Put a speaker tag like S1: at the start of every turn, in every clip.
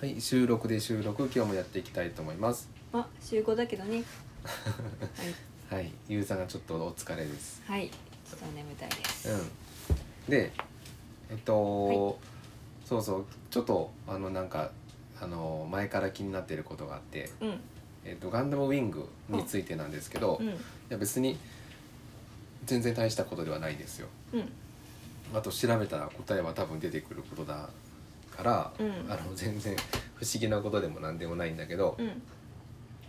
S1: はい、収録で収録今日もやっていきたいと思います。
S2: まあ週5だけどね
S1: はい、ユーザーがちょっとお疲れです。
S2: はいはいちょっと眠たいです
S1: うん。で、えっと、そうそうちょっとあのなんかあの前から気になっていることがあって、
S2: うん
S1: えっとガンダムウィングについてなんですけど、
S2: う
S1: い
S2: ん
S1: や別に全然大したことではないですよ。
S2: うん
S1: あと調べたら答えは多分出てくることだから、
S2: うん
S1: あの全然不思議なことでも何でもないんだけど、
S2: うん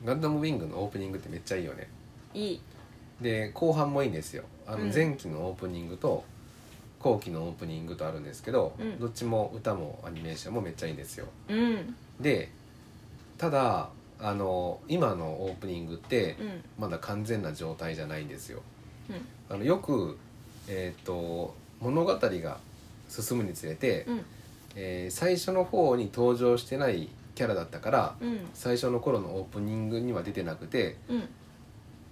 S1: ガンダムウィングのオープニングってめっちゃいいよね
S2: いい
S1: で後半もいいんですよあ
S2: う
S1: の
S2: ん
S1: 前期のオープニングと後期のオープニングとあるんですけど、
S2: うん
S1: どっちも歌もアニメーションもめっちゃいいんですよ
S2: うんうん
S1: でただあの今のオープニングってまだ完全な状態じゃないんですよあのよく、えー、と物語が進むにつれて、
S2: うん
S1: えー最初の方に登場してないキャラだったから
S2: うんうん
S1: 最初の頃のオープニングには出てなくて
S2: うん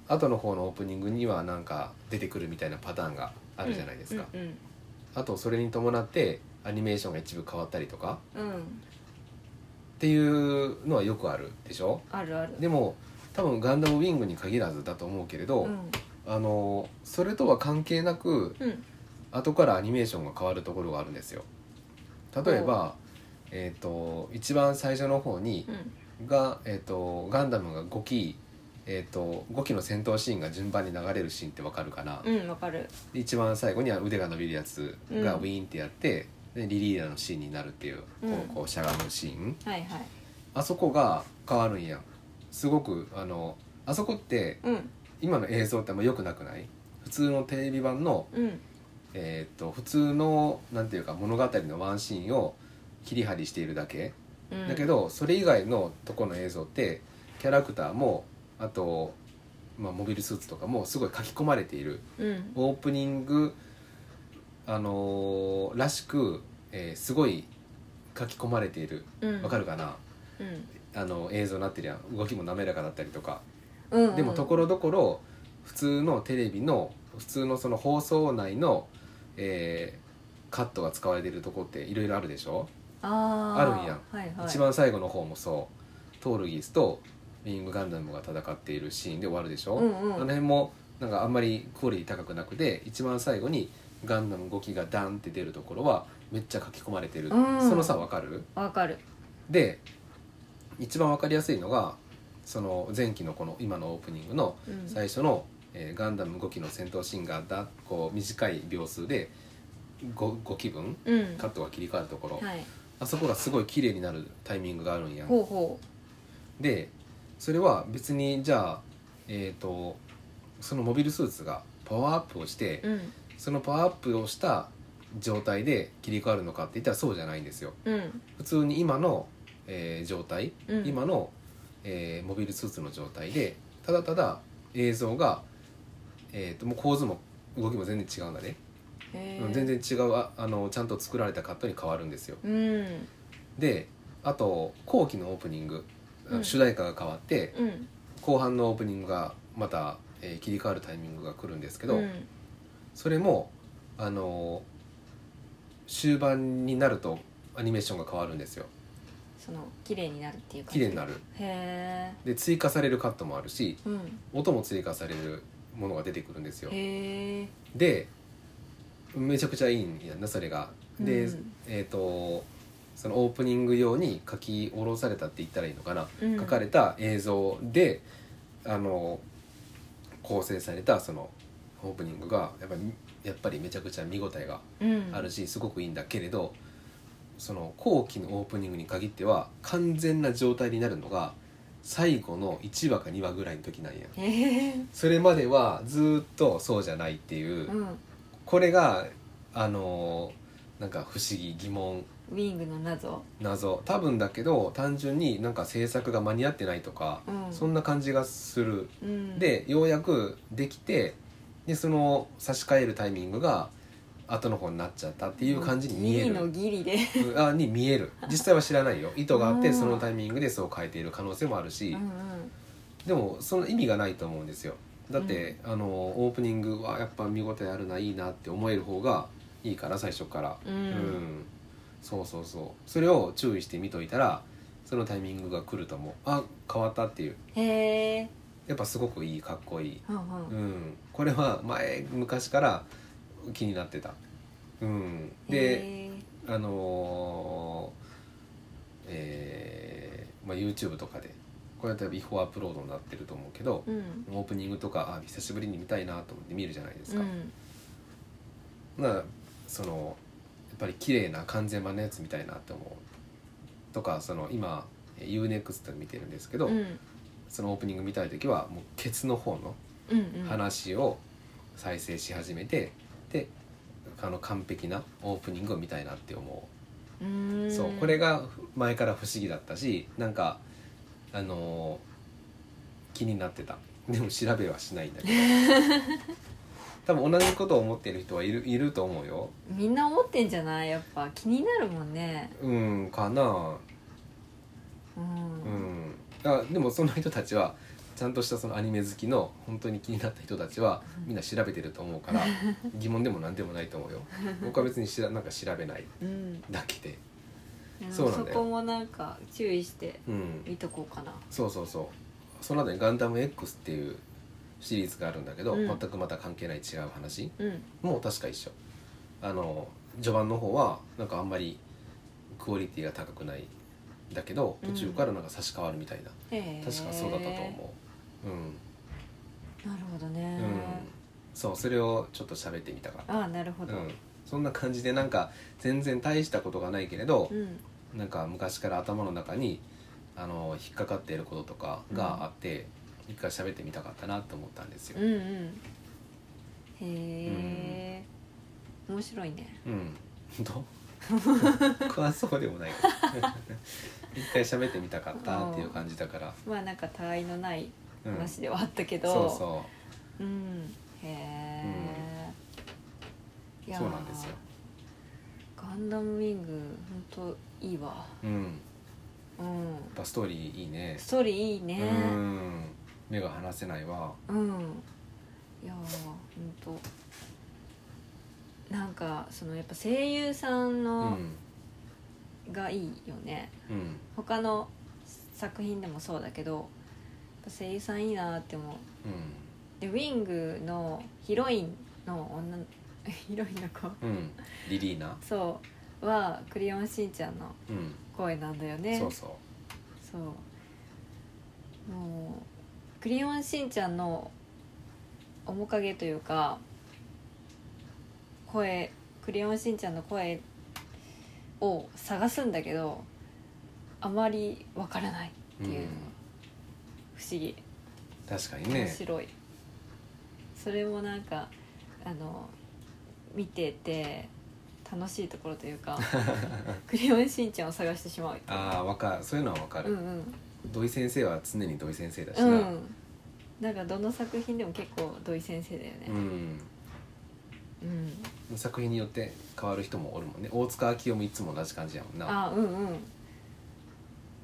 S1: 後の方のオープニングにはなんか出てくるみたいなパターンがあるじゃないですか、
S2: うん
S1: あとそれに伴ってアニメーションが一部変わったりとか
S2: うん、うん、
S1: っていうのはよくあるでしょ
S2: あるある
S1: でも多分「ガンダムウィング」に限らずだと思うけれど、
S2: うん
S1: あのそれとは関係なく
S2: うん
S1: 後からアニメーションが変わるところがあるんですよ例えば、えー、と一番最初の方に
S2: うん
S1: が、えー、とガンダムが5機、えー、と5機の戦闘シーンが順番に流れるシーンってわかるかな、
S2: うんわかる
S1: で一番最後には腕が伸びるやつが
S2: う
S1: ウ
S2: ん
S1: ィーンってやって、でリリーダーのシーンになるっていうこう,、
S2: うん
S1: こうしゃがむシーン
S2: はいはい
S1: あそこが変わるんやすごくあのあそこって
S2: うん
S1: 今の映像ってあんま良くなくない普通のテレビ版の、
S2: うん
S1: えーっと普通のなんていうか物語のワンシーンを切り張りしているだけ、
S2: うん
S1: だけどそれ以外のとこの映像ってキャラクターもあと、まあ、モビルスーツとかもすごい書き込まれている
S2: うん
S1: オープニング、あのーらしく、えーすごい書き込まれている
S2: うん
S1: わかるかな、
S2: うん
S1: あの映像になってるやん動きも滑らかだったりとか、
S2: うん
S1: でもところどころ普通のテレビの普通のその放送内の、えーカットが使われているとこっていろいろあるでしょ、
S2: あ
S1: あるんやん
S2: はいはい
S1: 一番最後の方もそうトールギスとウィングガンダムが戦っているシーンで終わるでしょ、
S2: うんうん
S1: あの辺もなんかあんまりクオリティ高くなくて一番最後にガンダム動きがダンって出るところはめっちゃ書き込まれてる、
S2: うん
S1: その差わかる
S2: わかる
S1: で一番わかりやすいのがその前期のこの今のオープニングの
S2: うん
S1: 最初の、えーガンダム動きの戦闘シーンがだこう短い秒数で 5, 5気分
S2: うん
S1: カットが切り替わるところ、
S2: はい
S1: あそこがすごい綺麗になるタイミングがあるんや
S2: ほうほ
S1: でそれは別にじゃあえっ、とそのモビルスーツがパワーアップをして、
S2: ううん
S1: そのパワーアップをした状態で切り替わるのかって言ったらそうじゃないんですよ
S2: うん
S1: 普通に今の、えー状態、
S2: うん
S1: 今の、えーモビルスーツの状態でただただ映像が、えー、ともう構図も動きも全然違うんだね、
S2: へ
S1: う
S2: ー
S1: ん全然違うああのちゃんと作られたカットに変わるんですよ
S2: うん
S1: であと後期のオープニング、
S2: うん
S1: 主題歌が変わって
S2: うん
S1: 後半のオープニングがまた、えー切り替わるタイミングが来るんですけど、
S2: うん
S1: それもあのー終盤になるとアニメーションが変わるんですよ
S2: その綺麗になるっていうか
S1: 綺麗になる
S2: へ
S1: で追加されるカットもあるし
S2: えうん
S1: 音も追加されるものが出てくるんですよ
S2: へえ
S1: でめちゃくちゃいいんやなそれがで、
S2: うん
S1: えっ、とそのオープニング用に書き下ろされたって言ったらいいのかな、
S2: うん
S1: 書かれた映像であの構成されたそのオープニングがやっぱりやっぱりめちゃくちゃ見応えが
S2: うん
S1: あるしすごくいいんだけれどその後期のオープニングに限っては完全な状態になるのが最後の1話か2話ぐらいの時なんや
S2: へえ
S1: それまではずーっとそうじゃないっていう、
S2: うん
S1: これがあのーなんか不思議疑問
S2: ウィングの謎
S1: 謎多分だけど単純になんか制作が間に合ってないとか、
S2: うん
S1: そんな感じがする
S2: うん
S1: でようやくできてでその差し替えるタイミングが後の方になっちゃったっていう感じに見え
S2: ギリ
S1: る
S2: のギリで
S1: あに見 える実際は知らないよ意図があっ
S2: う
S1: て
S2: ん
S1: そのタイミングでそう変えている可能性もあるし、
S2: うん
S1: でもその意味がないと思うんですよだって、あのオープニングはやっぱ見応えあるないいなって思える方がいいから最初から
S2: うんう
S1: うんそうそうそうそれを注意して見といたらそのタイミングが来るともうあ変わったっていう
S2: へえ
S1: やっぱすごくいいかっこいい、
S2: はんは
S1: うんん、これは前昔から気になってた、うん、で
S2: へー
S1: あのーえーまあ、YouTube とかでこれは多分ビフォーアップロードになってると思うけど、
S2: うん
S1: オープニングとかあ久しぶりに見たいなと思って見るじゃないです
S2: う
S1: か、
S2: ん
S1: なそのやっぱり綺麗な完全版のやつみたいなって思うとかその今 UNEXT で見てるんですけど、
S2: うん
S1: そのオープニング見たい時はもうケツの方の
S2: うんうん
S1: 話を再生し始めて、であの完璧なオープニングを見たいなって思
S2: う
S1: う、
S2: ーん
S1: そうこれが前から不思議だったしなんかあのー気になってたでも調べはしないんだ けど多分同じことを思ってる人はいるいると思うよ
S2: みんな思ってんじゃないやっぱ気になるもんね
S1: うんかな
S2: う
S1: うんんあでもその人たちはちゃんとしたそのアニメ好きの本当に気になった人たちはみんな調べてると思うから 疑問でも何でもないと思うよ僕は別にしらなんか調べない
S2: うん
S1: だけで
S2: うん
S1: そうなんだよ
S2: こもなんか注意して
S1: うん
S2: 見とこうかな
S1: そうそうそうその後に「ガンダム X」っていうシリーズがあるんだけど、
S2: うん
S1: 全くまた関係ない違う話
S2: うん
S1: も確か一緒あの序盤の方はなんかあんまりクオリティが高くないだけど途中からなんか差し替わるみたいな、
S2: へー
S1: 確かそうだったと思ううん
S2: なるほどね
S1: うん、そうそれをちょっと喋ってみたかっ
S2: ああなるほ
S1: た、
S2: ど
S1: うん、そんな感じでなんか全然大したことがないけれど
S2: う、ん
S1: なんか昔から頭の中にあの引っかかっていることとかがあって、一回喋ってみたかったなと思ったんです
S2: う
S1: よ
S2: ん、うんへえ面白いね
S1: うん、 どう僕はそうでもないけど 一回喋ってみたかったっていう感じだから、
S2: まあなんか他愛のない
S1: うん、
S2: 話ではあったけど
S1: そうそう
S2: うんへえ、
S1: う
S2: いやー
S1: そうなんですよ
S2: ガンダムウィングほんといいわ
S1: う、うん、やっ
S2: うん
S1: ぱストーリーいいね
S2: ストーリーいいね
S1: うん目が離せないわ
S2: うん、いやーほんとなんかそのやっぱ声優さん
S1: う
S2: の、
S1: ん
S2: がいいよね
S1: うん
S2: 他の作品でもそうだけどやっぱ声優さんいいなーって思うでウィングのヒロインの女の ヒロインの子
S1: うん、うん、リリーナ
S2: そうは「クレヨンしんちゃん」の
S1: うん
S2: 声なんだよね
S1: そうそう
S2: そうもう「クレヨンしんちゃん」の面影というか声「クレヨンしんちゃん」の声を探すんだけどあまりわからないっていう、
S1: うん
S2: 不思議
S1: 確かに
S2: 面
S1: ね
S2: 白い、それもなんかあの見てて楽しいところという か「クレヨンしんちゃん」を探してしまう
S1: ああわかるそういうのはわか
S2: うん
S1: る、
S2: うん
S1: 土井先生は常に土井先生だしな
S2: う、んなんかどの作品でも結構土井先生だよねう
S1: う
S2: ん、
S1: ん作品によって変わる人もおるもんね大塚明夫もいつも同じ感じやもんな
S2: あうんうん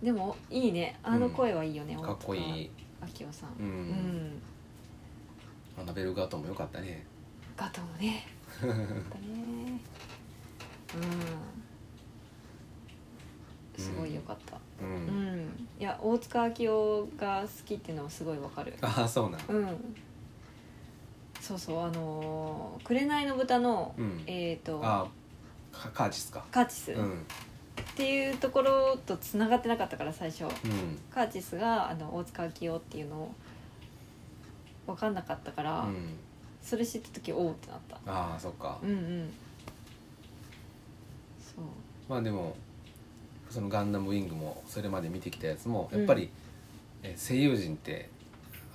S2: でもいいねあの声はいいよね、
S1: かっこいい、
S2: 大塚明夫さん
S1: うん
S2: うん、
S1: アナベル・ガトもよかったね
S2: ガトもねだねうんすごいよかった
S1: うん、
S2: うん、いや大塚明夫が好きっていうのもすごいわかる
S1: ああそうなん
S2: うんそうそうあのー紅の豚」の、
S1: うん
S2: えっ、と
S1: ああカカーチスか
S2: カーチス、
S1: うん
S2: っていうところとつながってなかったから最初
S1: うん
S2: カーチスがあの大塚明夫っていうのを分かんなかったから、
S1: うん
S2: それ知った時おおってなった
S1: ああそっか、
S2: うんうんそう
S1: まあでもそのガンダムウィングもそれまで見てきたやつもやっぱり、え声優陣って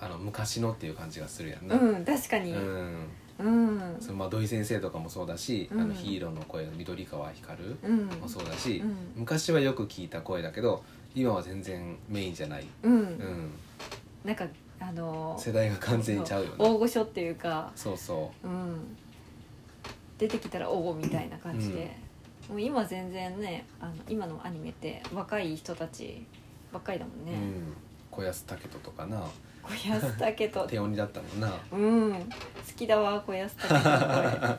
S1: あの昔のっていう感じがするやんな、
S2: うん確かにうん、
S1: ん
S2: うん
S1: そのまあ土井先生とかもそうだし、
S2: うん
S1: あのヒーローの声の緑川光
S2: うん
S1: もそうだし、
S2: うん
S1: 昔はよく聞いた声だけど今は全然メインじゃない、うん、
S2: なんかあのー
S1: 世代が完全にちゃうよ
S2: 大
S1: ね
S2: 御所っていうか、
S1: そうそ
S2: うん、出てきたらおおみたいな感じで、もう今全然ねあの今のアニメって若い人たちばっかりだも
S1: う、
S2: んね、
S1: うん、小安武人とかな
S2: 小安武 と
S1: 手鬼だったもんな
S2: うん好きだわ小安武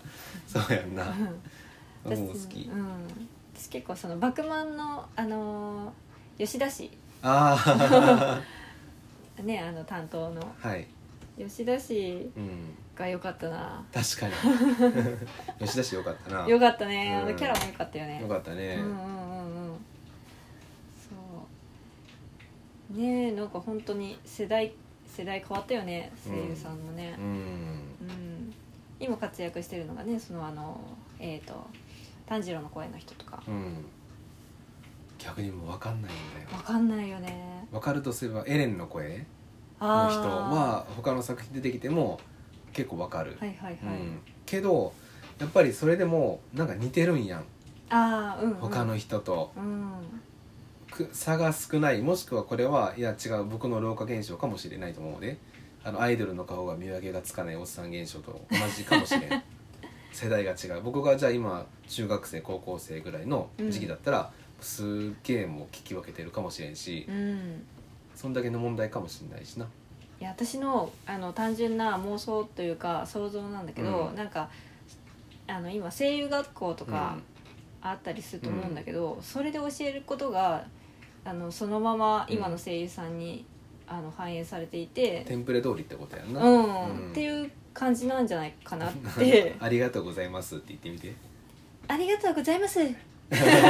S2: と
S1: そうやんな
S2: うん
S1: もう好き
S2: うん、私結構その「バクマンの」あのー吉田氏
S1: あ
S2: ねあの担当の
S1: あはい、
S2: 吉田氏
S1: うん、
S2: が良かったな
S1: 確かに 吉田氏よかったな
S2: 良かったねあ
S1: う
S2: の
S1: ん
S2: キャラも良かったよね
S1: よかったね、
S2: うんうんうんうんそうねえなんか本当に世代世代変わったよね
S1: うん
S2: 声優さんもね
S1: う、ん
S2: うん今活躍してるのがねそのあのえっ、と炭治郎の声の人とか
S1: うん逆にもう分かんないんだ
S2: わ
S1: よ
S2: かんないよね
S1: 分かるとすればエレンの声
S2: あ
S1: の
S2: あ
S1: 人は他の作品出てきても結構分かる、
S2: はいはいはい、
S1: うん、けどやっぱりそれでもなんか似てるんやん
S2: ああうん、うん、
S1: 他の人と、
S2: うん
S1: く差が少ないもしくはこれはいや違う僕の老化現象かもしれないと思うねあのアイドルの顔が見分けがつかないおっさん現象と同じかもしれ ん世代が違う僕がじゃあ今中学生高校生ぐらいの時期だったら、すっげえもう聞き分けてるかもしれんし、
S2: うん
S1: そんだけの問題かもしれないしない
S2: や私のあの単純な妄想というか想像なんだけど、
S1: うん
S2: なんかあの今声優学校とか
S1: うん
S2: あったりすると思うんだけど、それで教えることがあのそのまま今の声優さんに、あの反映されていて、
S1: テンプレ通りってことやんな、
S2: うん
S1: うん
S2: っていう感じなんじゃないかなって
S1: ありがとうございますって言ってみて
S2: ありがとうござ います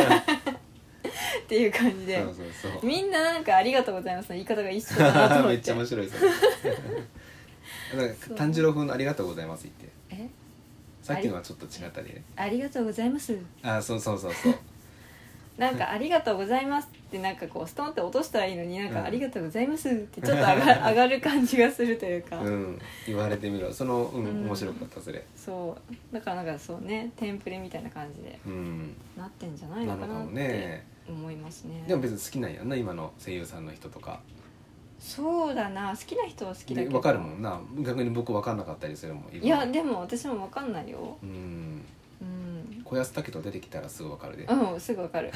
S2: っていう感じで
S1: そうそうそう
S2: みんななんか「ありがとうございます」の言い方が一緒だなと思
S1: め
S2: っ
S1: っち
S2: て
S1: ゃ面白いそ れなんか炭治郎風の「ありがとうございます」言って
S2: 「え
S1: さっきのはちょっと違ったりね
S2: ありがとうございます」
S1: あそうそうそうそう
S2: なんか「ありがとうございます」ってなんかこうストンって落としたらいいのになん
S1: うん
S2: か「ありがとうございます」ってちょっと上が上がる感じがするというか、
S1: うん言われてみろそのうん
S2: うん
S1: 面白かったそれ
S2: そうだからなんかそうねテンプレみたいな感じで
S1: うん
S2: なってんじゃない
S1: なの
S2: のか
S1: か
S2: なっ
S1: も
S2: て
S1: ね
S2: 思いますね
S1: でも別に好きなんやんな今の声優さんの人とか
S2: そうだな好きな人は好きだ
S1: で
S2: けど
S1: 分かるもんな逆に僕分かんなかったりするもん
S2: いや
S1: 今
S2: でも私も分かんないよ
S1: うん
S2: うん、
S1: 小安武人出てきたらすぐ分かるで
S2: うん、すぐ分 かる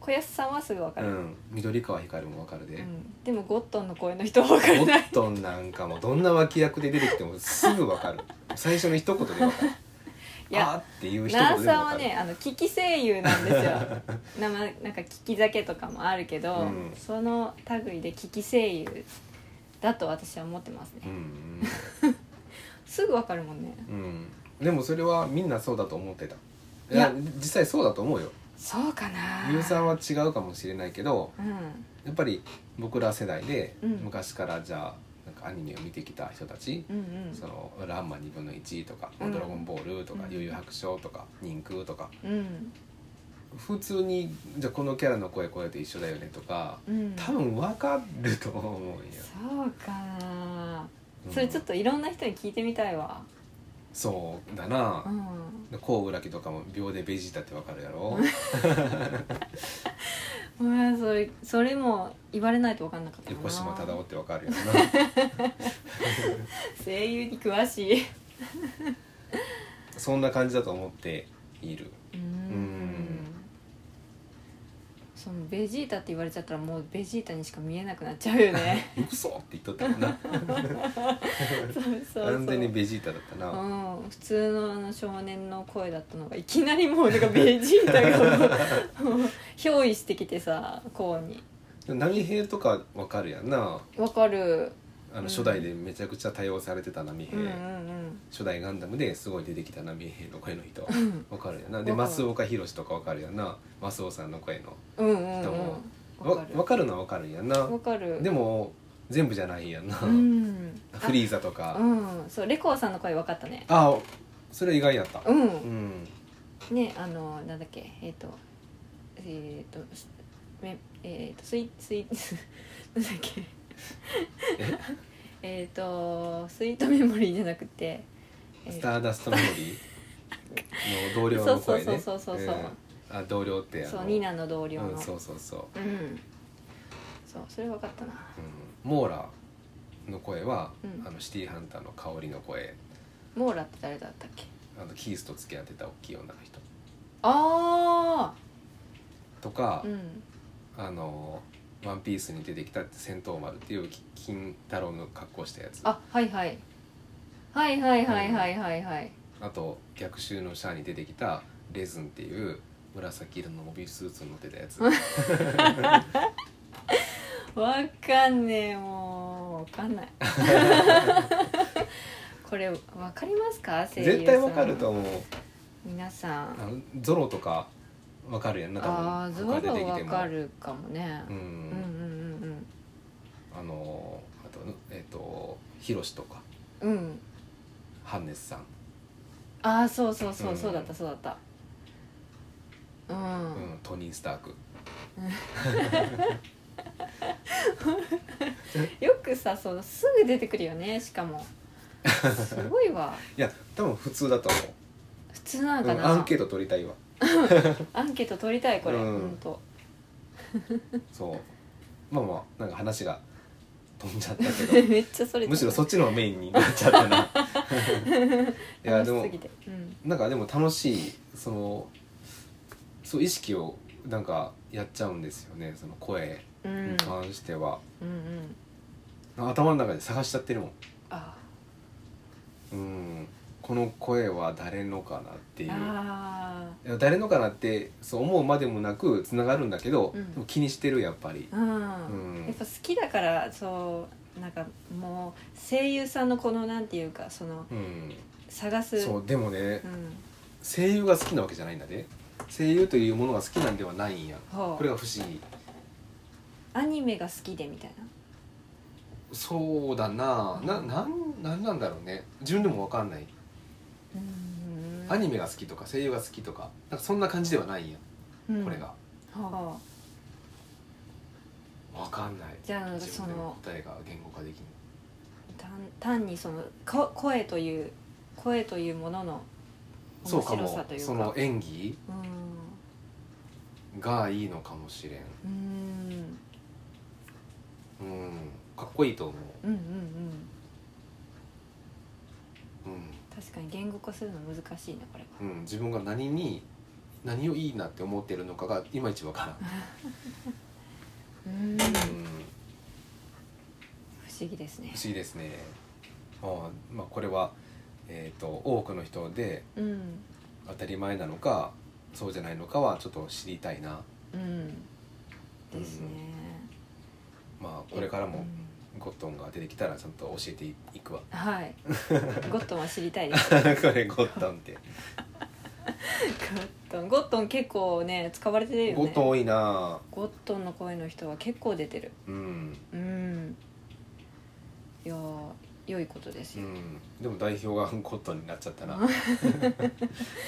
S2: 小安さんはすぐ分か
S1: う
S2: る、
S1: ん緑川光も分かる
S2: う
S1: で
S2: んでもゴットンの声の人は分から
S1: ゴ
S2: ない
S1: ットンなんかもどんな脇役で出てきてもすぐ分かる最初の一言で分かる
S2: いや
S1: あーっていう一言で
S2: ナ
S1: も
S2: ー
S1: 分
S2: さんは
S1: かる
S2: ねあの聞き声優なんですよ なまなんか聞き酒とかもあるけど、
S1: うん
S2: その類で聞き声優だと私は思ってますね、
S1: うん
S2: すぐわかるもんね
S1: うんうんでもそれはみんなそうだと思ってたい
S2: いや
S1: や実際そうだと思うよ
S2: そうかな
S1: ゆうさんは違うかもしれないけど
S2: うん
S1: やっぱり僕ら世代で
S2: うん
S1: 昔からじゃあなんかアニメを見てきた人たち、
S2: うんうん
S1: その「ランマ2分の1」とか「
S2: うん
S1: ドラゴンボール」とか
S2: う
S1: 「
S2: ん
S1: 悠々白書」とか「人空」とか
S2: うん
S1: 普通にじゃあこのキャラの声これと一緒だよねとか
S2: うん
S1: 多分わかると思うんよ、
S2: そうかな、
S1: うん
S2: それちょっといろんな人に聞いてみたいわ
S1: そうだ
S2: う
S1: なんコウウラキとかも秒でベジータってわかるやろ
S2: ごめんそれそれも言われないと分かんなかったな
S1: 横島忠夫ってわかるやろな
S2: 声優に詳しい
S1: そんな感じだと思っている
S2: うーんそのベジータって言われちゃったらもうベジータにしか見えなくなっちゃう よね
S1: 「嘘!」って言っとった もんな
S2: そうそうそう
S1: 完全にベジータだったな
S2: うん、普通のあの少年の声だったのがいきなりもうなんかベジータがも うもう憑依してきてさこうに
S1: 波平とかわかるやんな
S2: わかる、
S1: あ
S2: うん
S1: の初代でめちゃくちゃ多用されてた波平、
S2: うんうん
S1: 初代ガンダムですごい出てきた波平の声の人
S2: うん
S1: わかるやんなで
S2: わかる
S1: 増岡宏とかわかるやんな増尾さんの声の
S2: うんうん
S1: でも
S2: うん
S1: わ
S2: わか
S1: わ
S2: る
S1: かるのはわかるんやんな
S2: わかる
S1: でも全部じゃないやんな、
S2: うん
S1: フリーザと
S2: あ
S1: か、
S2: うんそうレコーさんの声わかったね
S1: あそれ意外やった
S2: う
S1: う
S2: ん、
S1: ん
S2: ねあのなんだっけえっ、とえっ、とすめえっ、とスイスイ なんだっけ えっとスイートメモリーじゃなくて、えー
S1: スターダストメモリーの同僚の声ね
S2: そうそうそうそうそう
S1: うんあ同僚ってあ
S2: そうニーナの同僚の、
S1: うん、
S2: そ
S1: そううそうそう、
S2: そうそれ分かったな
S1: うん、モーラの声は、
S2: うん
S1: あのシティハンターの香りの声
S2: モーラって誰だったっけ
S1: あのキースと付き合ってた大きい女の人
S2: あ
S1: とか
S2: あ、うん
S1: あのワンピースに出てきた戦闘丸っていうき金太郎の格好したやつあ
S2: あはいはいはいはいはいはいはいはい
S1: と逆襲のシャアに出てきたレズンっていう紫色の帯スーツの出たやつ
S2: わかんねえもうわか んないこれわかりますか声優さん
S1: 絶対わかると思う
S2: 皆さ
S1: あ
S2: ん
S1: のゾロとかわかるやんなん
S2: あ
S1: かも
S2: あ
S1: う
S2: ゾ
S1: 他出て
S2: ロ
S1: き
S2: わ
S1: ても
S2: かるかもね
S1: うん、
S2: うんうん
S1: あのあとえっ、とヒロシとか
S2: うんうんうん
S1: ハンネスさん、
S2: ああそうそうそううんそうだったそうだったうん、
S1: うん、トニー・スターク
S2: よくさそのすぐ出てくるよねしかもすごい わ
S1: いや多分普通だと思
S2: 普通な
S1: う、
S2: のか
S1: うん
S2: な、
S1: アンケート取りたいわ
S2: アンケート取りたいこれ、
S1: うん
S2: ほんと
S1: そうまあまあなんか話が飛んじゃった けど
S2: めっちゃそれ
S1: むしろそっちの方がメインになっちゃっ たないやで
S2: 楽
S1: も
S2: しすぎてうん
S1: なんかでも楽しいそのそう意識をなんかやっちゃうんですよねその声
S2: うん
S1: に関しては、
S2: うんうん
S1: 頭の中で探しちゃってるもん
S2: あ
S1: うんこの声は誰のかなっていう
S2: あ
S1: いや誰のかなってそう思うまでもなくつながるんだけど、
S2: うん
S1: でも気にしてるやっぱり
S2: ーうん、
S1: うん
S2: やっぱ好きだからそうなんかもう声優さんのこのなんていうかその
S1: うん
S2: 探す
S1: そうでもね
S2: うん、
S1: 声優が好きなわけじゃないんだで声優というものが好きなんではないんや
S2: ほう
S1: これが不思議
S2: アニメが好きでみたいな
S1: そうだなななんなんなんだろうね自分でも分かんない
S2: うん
S1: アニメが好きとか声優が好きとかなんかそんな感じではないんや
S2: うん
S1: これが
S2: はあ
S1: 分かんない
S2: じゃあなんか
S1: 自
S2: そ
S1: 分で
S2: の
S1: 答えが言語化できな
S2: 単単にそのこ声という声というものの
S1: いそ
S2: 面
S1: うか
S2: 白
S1: も
S2: さというか
S1: その演技
S2: うん
S1: がいいのかもしれん
S2: うーん
S1: うんかっこいいと思
S2: うんうんうん
S1: ううん
S2: 確かに言語化するの難しいなこれは
S1: うん、自分が何に何をいいなって思ってるのかがいまいちわか
S2: うーん
S1: らん、うん、不
S2: 不思議ですね
S1: 思議ですねああまあこれは、えー、と多くの人で
S2: うん
S1: 当たり前なのかそうじゃないのかはちょっと知りたいな
S2: うんですね、
S1: まあこれから
S2: う
S1: も
S2: ん
S1: ゴットンが出てきたらちゃんと教えていくわ
S2: はい ゴットンは知りたいです
S1: これゴットンって
S2: ゴットンゴットン結構ね使われてるよね
S1: ゴットン多いな
S2: ゴットンの声の人は結構出てる
S1: うん、
S2: うんいやー良いことです
S1: う
S2: よ、
S1: ん、でも代表がゴットンになっちゃ ったな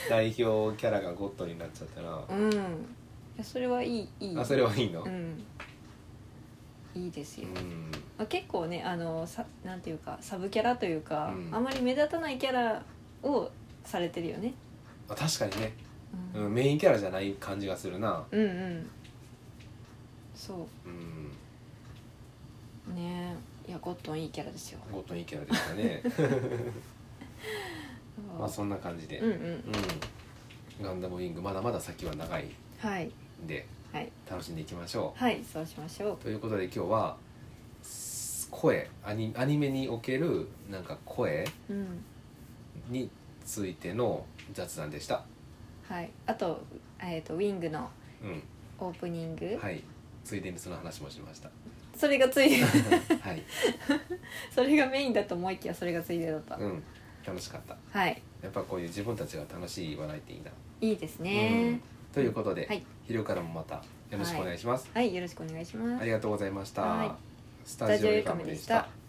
S1: 代表キャラがゴットンになっちゃったな
S2: うんいやそれはいいいい
S1: あそれはいいの、
S2: うんいいですよ、
S1: うん
S2: まあ、結構ねあのさなんていうかサブキャラというか、
S1: うん
S2: あまり目立たないキャラをされてるよね、
S1: あ確かにね、
S2: う
S1: うんん、メインキャラじゃない感じがするな
S2: うんうんそ
S1: うん
S2: うねいやゴットンいいキャラですよ
S1: ゴットンいいキャラでした ねまあそんな感じで、
S2: うんうん
S1: うんガンダムウィングまだまだ先は長い
S2: はい
S1: んで
S2: はい
S1: 楽しんでいきましょう、
S2: はいそうしましょう
S1: ということで今日はす声アニアニメにおけるなんか声
S2: うん
S1: についての雑談でした
S2: はいあと,、えー、とウィングの
S1: うん
S2: オープニング、
S1: はいついでにその話もしました
S2: それがついで
S1: はい、
S2: それがメインだと思いきやそれがついでだった、
S1: うん、楽しかった
S2: はい
S1: やっぱこういう自分たちが楽しい笑いっていいな、
S2: いいです
S1: うん
S2: ね、
S1: ということで、
S2: はい
S1: 昼からもまたよろしくお願いします、
S2: はいよろしくお願いします
S1: ありがとうございました、
S2: はい
S1: スタジオ
S2: スタジオ
S1: エ
S2: エ
S1: カ
S2: カ
S1: ム
S2: ム
S1: で
S2: で
S1: し
S2: したた